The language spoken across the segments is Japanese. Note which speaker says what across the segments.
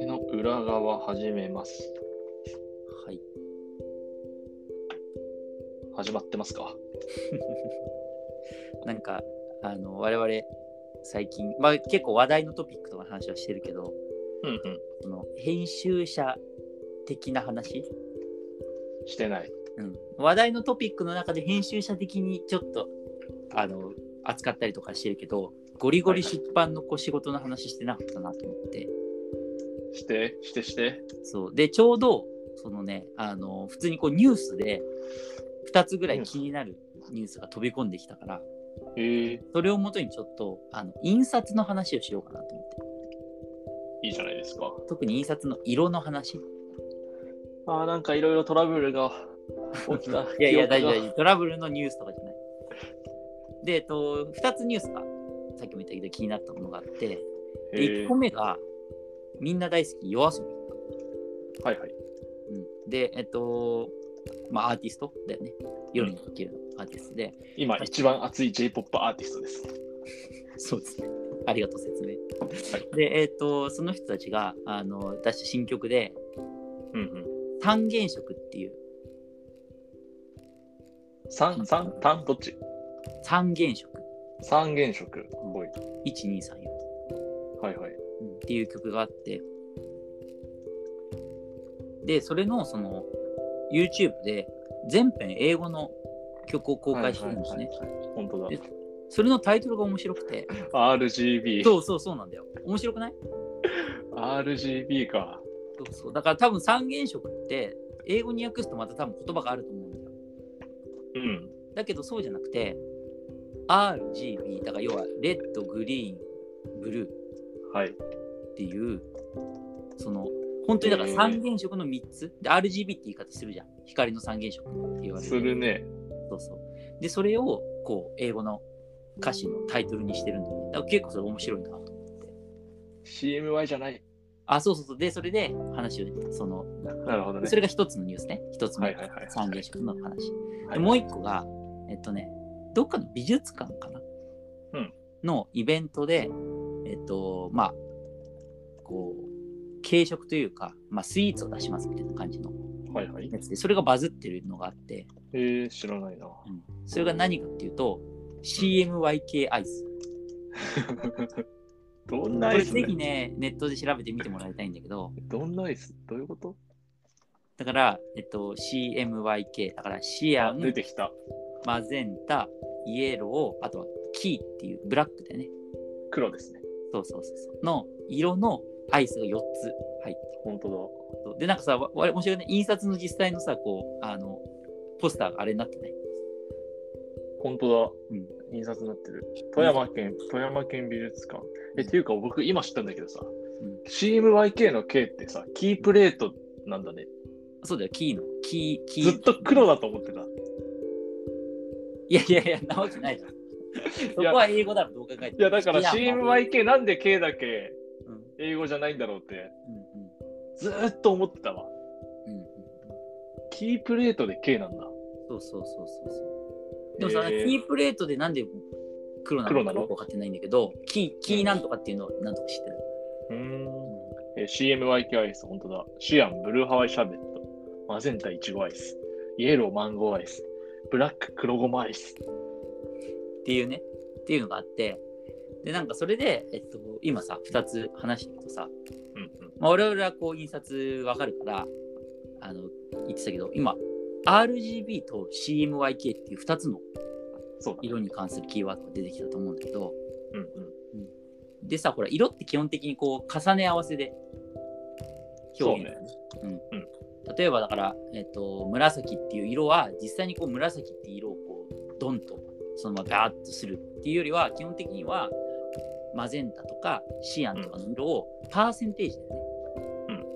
Speaker 1: 手の裏側始めます。
Speaker 2: はい。
Speaker 1: 始まってますか
Speaker 2: なんか、あの、我々、最近、まあ結構話題のトピックとかの話はしてるけど、
Speaker 1: うんうん。
Speaker 2: その編集者的な話、
Speaker 1: してない。
Speaker 2: うん、話題のトピックの中で編集者的にちょっと、あの、扱ったりとかしてるけど、ゴリゴリ出版のこう仕事の話してなかったなと思って、
Speaker 1: して、して、して。
Speaker 2: そう。で、ちょうど、そのね、あの、普通にこうニュースで、2つぐらい気になるニュースが飛び込んできたから、
Speaker 1: ええ
Speaker 2: それをもとにちょっと、あの、印刷の話をしようかなと思って。
Speaker 1: いいじゃないですか。
Speaker 2: 特に印刷の色の話。
Speaker 1: ああ、なんかいろいろトラブルが起きた
Speaker 2: 。いやいや、大
Speaker 1: 記
Speaker 2: 丈夫、
Speaker 1: 憶が
Speaker 2: 大丈夫。トラブルのニュースとかじゃない。で、えっと、2つニュースが、さっきも言ったけど気になったものがあって、で
Speaker 1: ええ
Speaker 2: 1個目が、みんな大好き、夜遊び。
Speaker 1: はいはい。
Speaker 2: うん、で、えっと、まあ、アーティストだよね。夜にかけるのアーティストで、
Speaker 1: 今、一番熱い J-POP アーティストです。
Speaker 2: そうですね。ありがとう、説明。
Speaker 1: はい
Speaker 2: で、えっと、その人たちがあの出した新曲で、
Speaker 1: うんうん。
Speaker 2: 三原色っていう、
Speaker 1: 三、三、単どっち
Speaker 2: 三原色、
Speaker 1: 三原色。ほい。
Speaker 2: 1、2、3、4。
Speaker 1: はいはい。
Speaker 2: っていう曲があってでそれのその YouTube で全編英語の曲を公開してるんです
Speaker 1: は
Speaker 2: ね、
Speaker 1: いはいはいはい。本当だ。
Speaker 2: えそれのタイトルが面白くて
Speaker 1: RGB。
Speaker 2: そうそうそうなんだよ面白くない
Speaker 1: RGB か。
Speaker 2: そうそうだから多分三原色って英語に訳すとまた多分言葉があると思うんだよ
Speaker 1: うん。
Speaker 2: だけどそうじゃなくて RGB だから要はレッドグリーンブルー
Speaker 1: はい。
Speaker 2: っていうその本当にだから三原色の3つ、で RGB って言い方するじゃん光の三原色って言われる
Speaker 1: するね。
Speaker 2: そうそう。で、それを、こう、英語の歌詞のタイトルにしてるんだよね。だから結構それ面白いなと。
Speaker 1: CMY じゃない。
Speaker 2: あ、そうそうそう。で、それで話を、その、
Speaker 1: なるほどね。
Speaker 2: それが一つのニュースね。一つ
Speaker 1: は
Speaker 2: 目
Speaker 1: いはいはいはい、
Speaker 2: 三原色の話。
Speaker 1: は
Speaker 2: で
Speaker 1: い
Speaker 2: もう一個が、えっとね、どっかの美術館かな、
Speaker 1: うん
Speaker 2: のイベントで、えっと、まあ、こう、軽食というか、まあ、スイーツを出しますみたいな感じの
Speaker 1: はいはい。
Speaker 2: やつで、それがバズってるのがあって、
Speaker 1: えー、知らないな。
Speaker 2: それが何かっていうと、CMYK アイス。
Speaker 1: どん
Speaker 2: こ
Speaker 1: なア
Speaker 2: れ
Speaker 1: イス
Speaker 2: ぜひね、ネットで調べてみてもらいたいんだけど、
Speaker 1: どんなアイスどういうこと
Speaker 2: だから、えっと、CMYK、だからシアン、
Speaker 1: 出てきた。
Speaker 2: マゼンタ、イエロー、あとはキーっていうブラックだよね。
Speaker 1: 黒ですね。
Speaker 2: そうそうそうそう。の色のアイスが4つ入って
Speaker 1: 本当だ。
Speaker 2: る。で、なんかさ、わわ面白いね、印刷の実際のさ、こう、あの、ポスターがあれになってない。
Speaker 1: 本当だ。
Speaker 2: う
Speaker 1: 印刷になってる。富山県、富山県美術館。え、っていうか僕今知ったんだけどさ、
Speaker 2: ん
Speaker 1: CMYK の K ってさ、キープレートなんだね。
Speaker 2: そうだよ、キーの。キー、キ
Speaker 1: ず
Speaker 2: ー。
Speaker 1: っと黒だと思ってた。い
Speaker 2: いやいやいや、なわけないじゃん。そこは英語だろ、どう考えても。
Speaker 1: やだから
Speaker 2: シアンは
Speaker 1: CMYK なんで K だけ
Speaker 2: うんうん
Speaker 1: 英語じゃないんだろうって、
Speaker 2: うん
Speaker 1: ずーっと思ってたわ。
Speaker 2: うんうん
Speaker 1: キープレートで K なんだ。
Speaker 2: そうそうそうそうそう。でもさ、
Speaker 1: へー
Speaker 2: キープレートでなんで黒なの
Speaker 1: 黒な
Speaker 2: か
Speaker 1: の
Speaker 2: よく分かってないんだけど、キー、キーなんとかっていうのをなんとか知ってる。
Speaker 1: うーん。えー CMYK アイス、本当だ。シアン、ブルーハワイシャーベット、マゼンタイチゴアイス、イエローマンゴーアイス、ブラック黒ゴマアイス。
Speaker 2: っていうね、っていうのがあって、で、なんかそれで、えっと、今さ、2つ話してるとさ、
Speaker 1: うんうん。
Speaker 2: まあ、我々はこう、印刷わかるから、あの、言ってたけど、今、RGB と CMYK っていう2つの
Speaker 1: そうだ。
Speaker 2: 色に関するキーワードが出てきたと思うんだけど、
Speaker 1: うんうん。
Speaker 2: でさ、ほら、色って基本的にこう、重ね合わせで表現するね
Speaker 1: う
Speaker 2: うんん例えばだから、えっと、紫っていう色は、実際にこう、紫っていう色をこう、ドンと、そのままガーッとするっていうよりは、基本的には、マゼンタとかシアンとかの色をパーセンテージだよね。うんっ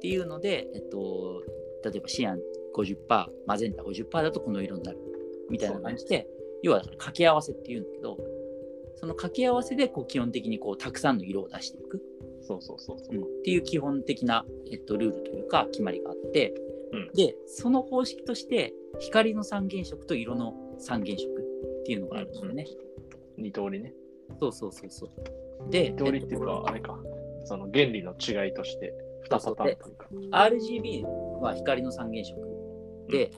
Speaker 2: ていうので、えっと、例えばシアン50%、マゼンタ50%だとこの色になるみたいな感じで、要はだから掛け合わせっていうんだけど、その掛け合わせでこう基本的にこうたくさんの色を出していく
Speaker 1: そうそうそうそう。
Speaker 2: っていう基本的な、えっと、ルールというか決まりがあって、
Speaker 1: うん
Speaker 2: でその方式として光の三原色と色の三原色っていうのがあるんですよね。
Speaker 1: 二通りね。
Speaker 2: そうそうそうそう。で、
Speaker 1: 通りっていうか、あれか、その原理の違いとして、2パターンというか。
Speaker 2: RGB は光の三原色で、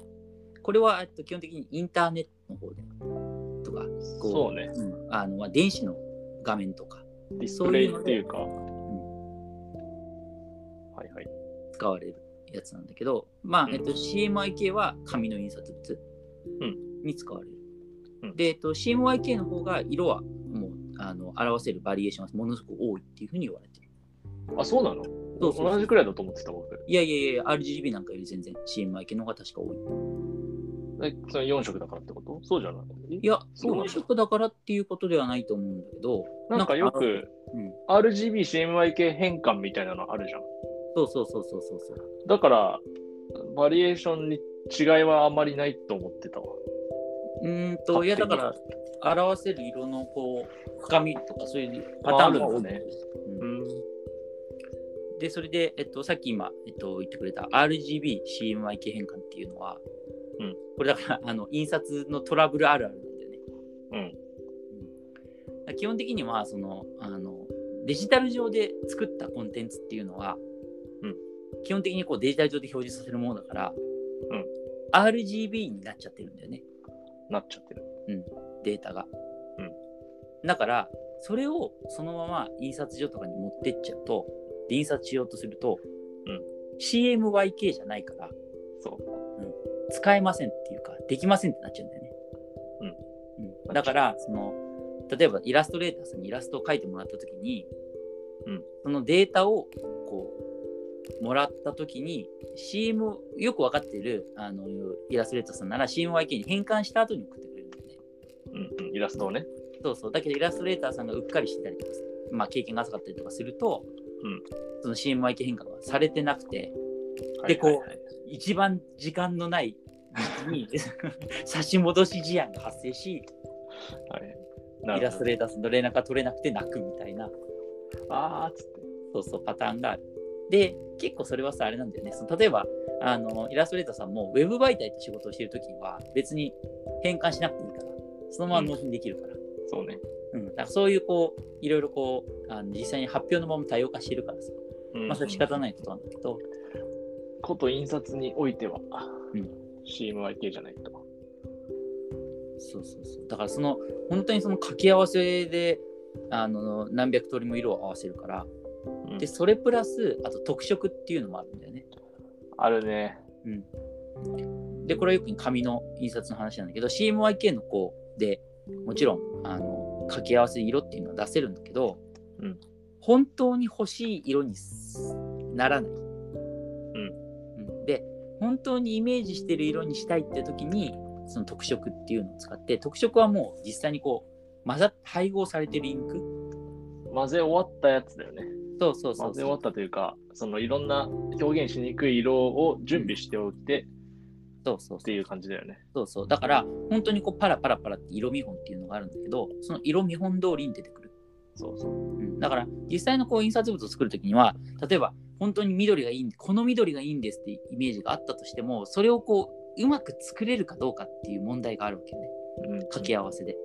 Speaker 2: これはえっと基本的にインターネットの方でとか、こ
Speaker 1: そうね、
Speaker 2: うんあのまあ電子の画面とか
Speaker 1: ディスプレイっていうか。はいはい。
Speaker 2: 使われるやつなんだけど、まあ
Speaker 1: うん
Speaker 2: えっと、CMYK 系は紙の印刷物
Speaker 1: うん
Speaker 2: に使われる。
Speaker 1: うん
Speaker 2: で、えっと、CMYK 系の方が色はもうあの表せるバリエーションはものすごく多いっていうふうに言われてる。
Speaker 1: あ、そうなの
Speaker 2: そうそう
Speaker 1: 同じくらいだと思ってた僕。
Speaker 2: いやいやいや、RGB なんかより全然 CMYK 系の方が確か多い。
Speaker 1: でその4色だからってことそうじゃない
Speaker 2: いや、
Speaker 1: そうなんだ
Speaker 2: 4色だからっていうことではないと思うんだけど、
Speaker 1: なんかよく
Speaker 2: うん、
Speaker 1: RGB、CMYK 変換みたいなのあるじゃん。
Speaker 2: そうそうそうそうそうそう。
Speaker 1: だから、バリエーションに違いはあんまりないと思ってたわ。
Speaker 2: うーんと、いやだから、表せる色のこう深みとかそういうパターン
Speaker 1: あある
Speaker 2: も
Speaker 1: んだね
Speaker 2: うん
Speaker 1: うん。
Speaker 2: で、それで、えっと、さっき今、えっと、言ってくれた RGB、CMYK 変換っていうのは、
Speaker 1: うん
Speaker 2: これだから、 あの、印刷のトラブルあるあるなんだよね。
Speaker 1: うん
Speaker 2: うんだから基本的には、その、あの、デジタル上で作ったコンテンツっていうのは、
Speaker 1: うん
Speaker 2: 基本的にこうデジタル上で表示させるものだから、
Speaker 1: うん
Speaker 2: RGB になっちゃってるんだよね。
Speaker 1: なっちゃってる。
Speaker 2: データが。
Speaker 1: うん
Speaker 2: だから、それをそのまま印刷所とかに持ってっちゃうと、で印刷しようとすると、
Speaker 1: うん
Speaker 2: CMYK じゃないから、
Speaker 1: そう。
Speaker 2: 使えませんっていうか、できませんってなっちゃうんだよね。うんだから、その、例えばイラストレーターさんにイラストを描いてもらったときに、
Speaker 1: うん
Speaker 2: そのデータをこう、もらったときに、CM、よくわかってるあのイラストレーターさんなら CMYK に変換した後に送ってくれるんだよね。
Speaker 1: うんうん、イラストをね。
Speaker 2: そうそう。だけど、イラストレーターさんがうっかりしてたりとか、まあ、経験が浅かったりとかすると、
Speaker 1: うん
Speaker 2: その CMYK 変換がされてなくて、で
Speaker 1: はいはいはい
Speaker 2: 一番時間のない 時期に差し戻し事案が発生し、
Speaker 1: はいな
Speaker 2: イ
Speaker 1: る
Speaker 2: ラ
Speaker 1: ほ
Speaker 2: ス
Speaker 1: ど
Speaker 2: トレーターさんと連絡が取れなくて泣くみたいな、
Speaker 1: あーっつって。
Speaker 2: そうそう、パターンがある。で、結構それはさ、あれなんだよね。その例えばあの、イラストレーターさんもウェブ媒体と仕事をしてるときは、別に変換しなくていいから、そのまま納品できるから。
Speaker 1: そうね。
Speaker 2: うん、だからそういうこういろいろこうあの実際に発表のまま多様化してるからさ、
Speaker 1: うん
Speaker 2: まあ、それは仕方ないことなんだけど、
Speaker 1: こと印刷においては、
Speaker 2: うん
Speaker 1: CMYK じゃないと。
Speaker 2: そうそうそうだからその本当にその掛け合わせであの何百通りも色を合わせるから、
Speaker 1: うん
Speaker 2: でそれプラスあと特色っていうのもあるんだよね、
Speaker 1: あるね。
Speaker 2: うん、でこれはよく紙の印刷の話なんだけど CMYK のこうでもちろんあの掛け合わせ色っていうのは出せるんだけど、
Speaker 1: うん
Speaker 2: 本当に欲しい色にすならない、うんで本当にイメージしてる色にしたいって時にその特色っていうのを使って特色はもう実際にこう混ざっ配合されてるインク
Speaker 1: 混ぜ終わったやつだよね。
Speaker 2: そうそうそ
Speaker 1: 混
Speaker 2: う
Speaker 1: ぜ
Speaker 2: そう
Speaker 1: 終わったというか、そのいろんな表現しにくい色を準備しておいて
Speaker 2: そうそう
Speaker 1: っていう感じだよね。
Speaker 2: そうそうだから本当にこうパラパラパラって色見本っていうのがあるんだけどその色見本通りに出てくる
Speaker 1: そうそう。
Speaker 2: うんだから実際のこう印刷物を作るときには例えば本当に緑がいいんこの緑がいいんですってイメージがあったとしてもそれをこううまく作れるかどうかっていう問題があるわけよね
Speaker 1: うん、
Speaker 2: 掛け合わせで、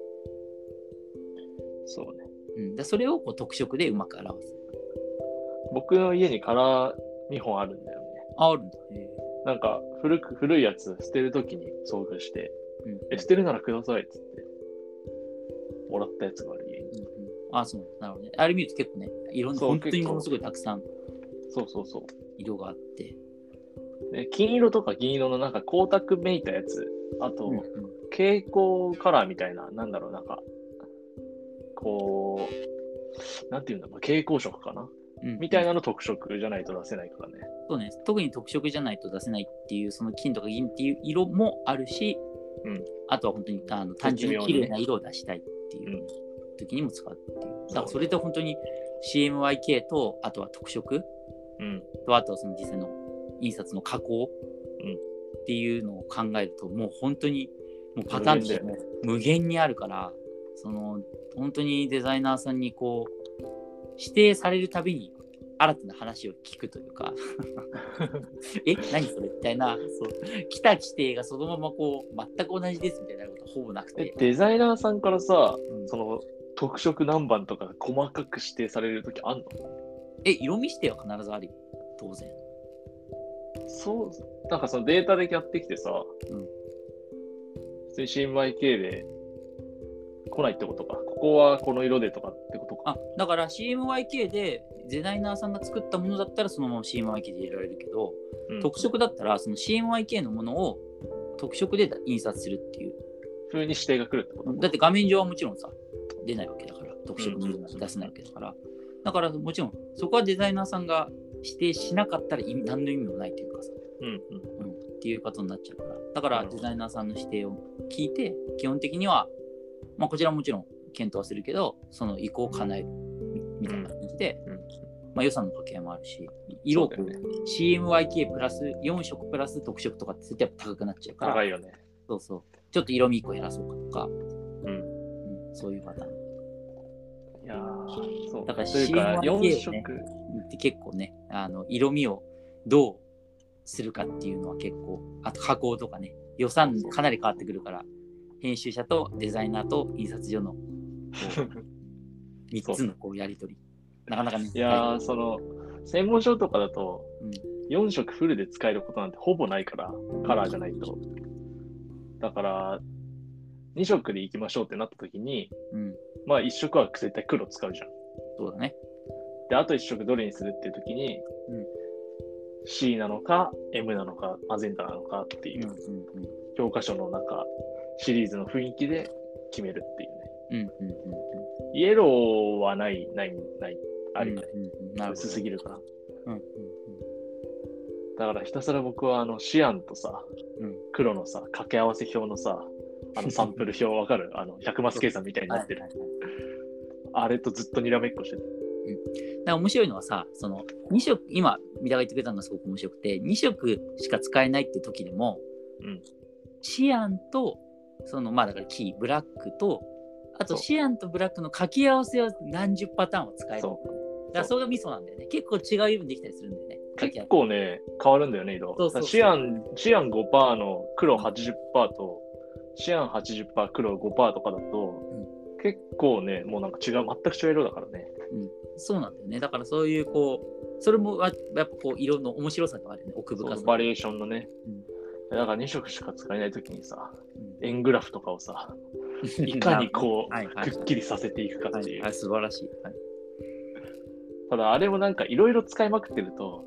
Speaker 1: そうね。
Speaker 2: うん、だそれをこう特色でうまく表す
Speaker 1: 僕の家にカラー2本あるんだよね。
Speaker 2: ああるんだへ
Speaker 1: なんか古く古いやつ捨てるときに遭遇して、
Speaker 2: え、うん
Speaker 1: え、捨てるならくださいっつって、もらったやつがある家に。
Speaker 2: うんうん、ああそうなるほどねあれ見ると結構ねいろんな
Speaker 1: そう
Speaker 2: 本当に
Speaker 1: 結構
Speaker 2: ものすごいたくさん
Speaker 1: そうそうそう。
Speaker 2: 色があって
Speaker 1: で金色とか銀色のなんか光沢めいたやつ、あと、
Speaker 2: うんうん
Speaker 1: 蛍光カラーみたいな、なんだろう、なんか、こう、なんていうんだろう、蛍光色かな
Speaker 2: うん
Speaker 1: みたいなの特色じゃないと出せないからね。
Speaker 2: そうね、特に特色じゃないと出せないっていうその金とか銀っていう色もあるし、
Speaker 1: うん
Speaker 2: あとは本当にあの単純に綺麗な色を出したいっていう
Speaker 1: うん
Speaker 2: 時にも使うっていう、だからそれで本当に CMYK とあとは特色
Speaker 1: うん。
Speaker 2: とあとはその実際の印刷の加工
Speaker 1: うん
Speaker 2: っていうのを考えるともう本当にもうパターンとして
Speaker 1: 無限だよ
Speaker 2: 無限にあるからその本当にデザイナーさんにこう指定されるたびに新たな話を聞くとい うかえ何それみたいなそう来た規定がそのままこう全く同じですみたいなことはほぼなく
Speaker 1: え
Speaker 2: て、
Speaker 1: デザイナーさんからさ、
Speaker 2: うん
Speaker 1: その、特色何番とか細かく指定されるときあんの
Speaker 2: え、色見しては必ずあるよ。当然。
Speaker 1: そう、なんかそのデータでやってきてさ、
Speaker 2: うん
Speaker 1: 普通に CMYK で来ないってことか。ここはこの色でとかってことか。
Speaker 2: あ、だから CMYK でデザイナーさんが作ったものだったらそのまま CMYK で入れられるけど、
Speaker 1: うん
Speaker 2: 特色だったらその CMYK のものを特色で印刷するっていう。
Speaker 1: 風に指定が来るってこと
Speaker 2: だって画面上はもちろんさ、出ないわけだから、特色の
Speaker 1: う
Speaker 2: 部分
Speaker 1: んうんうん
Speaker 2: が出せないわけだから。だからもちろん、そこはデザイナーさんが指定しなかったら意味何の意味もないというかさ、
Speaker 1: うんうん。
Speaker 2: うん、っていうことになっちゃうから。だか
Speaker 1: な
Speaker 2: ら
Speaker 1: るほ
Speaker 2: デ
Speaker 1: ど
Speaker 2: ザイナーさんの指定を聞いて、基本的には、まあこちらももちろん検討はするけど、その意向を叶えるみみたいな感じで、
Speaker 1: うん
Speaker 2: まあ予算の掛け合いもあるし、色をこう
Speaker 1: そうだよ
Speaker 2: CMYK プラス4色プラス特色とかって絶対高くなっちゃうから、
Speaker 1: 高いよね。
Speaker 2: そうそう。ちょっと色味1個減らそうかとか、
Speaker 1: うん。
Speaker 2: うん、そういうパターン。
Speaker 1: いやーそう。
Speaker 2: だから
Speaker 1: というか、
Speaker 2: CMYK
Speaker 1: 4色、
Speaker 2: ねって結構ね、あの色味をどうするかっていうのは結構、あと加工とかね、予算かなり変わってくるから、編集者とデザイナーと印刷所のこ う3つのこうやり取り、なかなかね、
Speaker 1: いやー、その、専門書とかだと、
Speaker 2: うん
Speaker 1: 4色フルで使えることなんてほぼないから、カラーじゃないと。だから、2色でいきましょうってなった時に、
Speaker 2: うん、
Speaker 1: まあ1色は絶対黒使うじゃん。
Speaker 2: そうだね。
Speaker 1: で、あと1色どれにするっていう時に、
Speaker 2: うん
Speaker 1: C なのか、M なのか、マゼンタなのかっていううん
Speaker 2: うん
Speaker 1: 教科書の中、シリーズの雰囲気で決めるっていうね。
Speaker 2: うんうんうんうん
Speaker 1: イエローはない、ない、ない、ありね。
Speaker 2: うんうんなるほど
Speaker 1: 薄すぎるから。
Speaker 2: うんうん
Speaker 1: だからひたすら僕はあのシアンとさ、
Speaker 2: うん
Speaker 1: 黒のさ、掛け合わせ表のさ、あ のサンプル表わかるあの、100マス計算みたいに
Speaker 2: はい
Speaker 1: な
Speaker 2: は
Speaker 1: ってる。
Speaker 2: いはい
Speaker 1: あれとずっとにらめっこしてる。
Speaker 2: だから面白いのはさその2色今三田が言ってくれたのがすごく面白くて2色しか使えないって時でも、
Speaker 1: うん
Speaker 2: シアンとそのまあだからキーブラックとあと
Speaker 1: そう
Speaker 2: シアンとブラックの掛け合わせは何十パターンは使える
Speaker 1: そ
Speaker 2: だからそれがミソなんだよね結構違う色分できたりするんだよね掛け合
Speaker 1: 結
Speaker 2: わ
Speaker 1: 構ね、変わるんだよね、色。
Speaker 2: そうそうそう
Speaker 1: シアン、シアン5%の黒80%と、シアン80%黒5%とかだと、結構ね、もうなんか違う、全く違う色だからね。
Speaker 2: せそうなんだよねだからそういうこうそれもわやっぱこう色の面白さがあるよね奥
Speaker 1: そ
Speaker 2: 深さ
Speaker 1: うバリエーションのね。
Speaker 2: うん
Speaker 1: だから2色しか使えないときにさ、
Speaker 2: うん
Speaker 1: 円グラフとかをさ、いかにこ
Speaker 2: はいは
Speaker 1: う、
Speaker 2: い
Speaker 1: くっきりさせていくか
Speaker 2: は
Speaker 1: ってい
Speaker 2: いうは。い素晴らしい、はい
Speaker 1: ただあれもなんかいろいろ使いまくってると、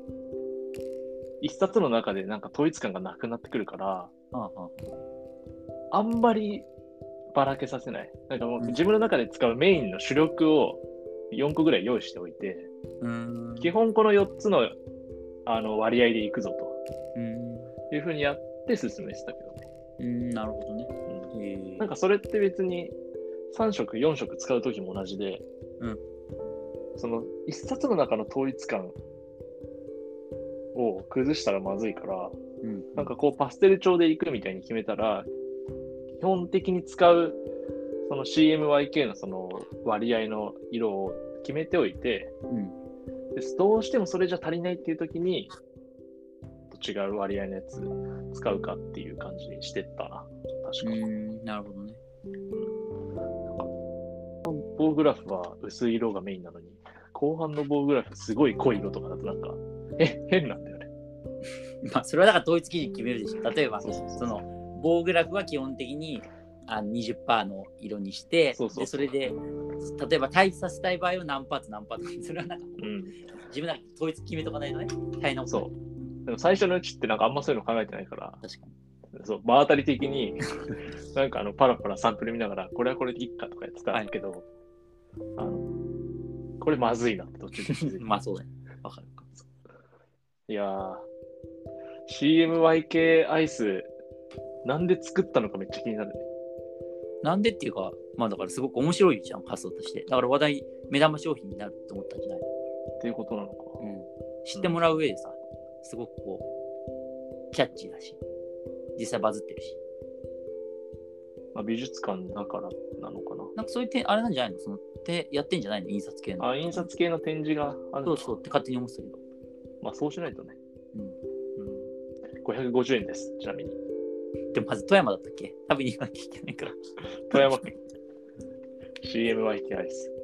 Speaker 1: 一冊の中でなんか統一感がなくなってくるから、
Speaker 2: はあは
Speaker 1: あんまりばらけさせない。なんかもう
Speaker 2: うん
Speaker 1: 自分の中で使うメインの主力を4個ぐらい用意しておいて、
Speaker 2: あ、うーん
Speaker 1: 基本この4つのあの割合でいくぞ
Speaker 2: うん
Speaker 1: というふうにやって進めてたけどね。
Speaker 2: うんなるほどね
Speaker 1: うん
Speaker 2: へー
Speaker 1: なんかそれって別に3色、4色使うときも同じで、
Speaker 2: うん
Speaker 1: その1冊の中の統一感を崩したらまずいから、
Speaker 2: うん、
Speaker 1: なんかこうパステル調で行くみたいに決めたら、基本的に使うその CMYK のその割合の色を決めておいて、
Speaker 2: うん、
Speaker 1: でどうしてもそれじゃ足りないっていう時に、と違う割合のやつ使うかっていう感じにしてったな。確
Speaker 2: う
Speaker 1: か。
Speaker 2: ん、なるほどね。
Speaker 1: 棒グラフは薄い色がメインなのに、後半の棒グラフすごい濃い色とかだとなんか、え、変なんだよね。
Speaker 2: まあ、それはだから統一基準決めるでしょ。例えば、
Speaker 1: そうそうそう
Speaker 2: その棒グラフは基本的にあ20%の色にして、
Speaker 1: そうそう
Speaker 2: でそれで、例えば対比させたい場合は何パーツ何パーツそれはなんか
Speaker 1: うん。
Speaker 2: 自分なんか統一決めとかないとね、大変なこと
Speaker 1: そう。でも最初のうちってなんかあんまそういうの考えてないから、
Speaker 2: 確かに。
Speaker 1: そう、場当たり的に、 なんかあの、パラパラサンプル見ながら、これはこれでいっかとかやってたんだけど、あの、これまずいなって途中で気づいて。
Speaker 2: まあそうだね。わかるか。
Speaker 1: いやー、CMYK アイス、なんで作ったのかめっちゃ気になるね。
Speaker 2: なんでっていうか、まあだからすごく面白いじゃん、発想として。だから話題、目玉商品になると思ったんじゃない
Speaker 1: っていうことなのか。
Speaker 2: 知ってもらう上でさ、すごくこう、キャッチーだし、実際バズってるし、
Speaker 1: まあ、美術館だからなのか
Speaker 2: なんかそういう点、あれなんじゃないのその手やってんじゃないの印刷系の。
Speaker 1: な。あ、印刷系の展示がある
Speaker 2: そ
Speaker 1: の
Speaker 2: う
Speaker 1: か
Speaker 2: そうって勝手に思ってたけど。
Speaker 1: まあ、そうしないとね。
Speaker 2: う
Speaker 1: うん。550円です、ちなみに。
Speaker 2: でもまず富山だったっけ食べに行かなきゃいけないから。
Speaker 1: 富山県。 CMYK アイス。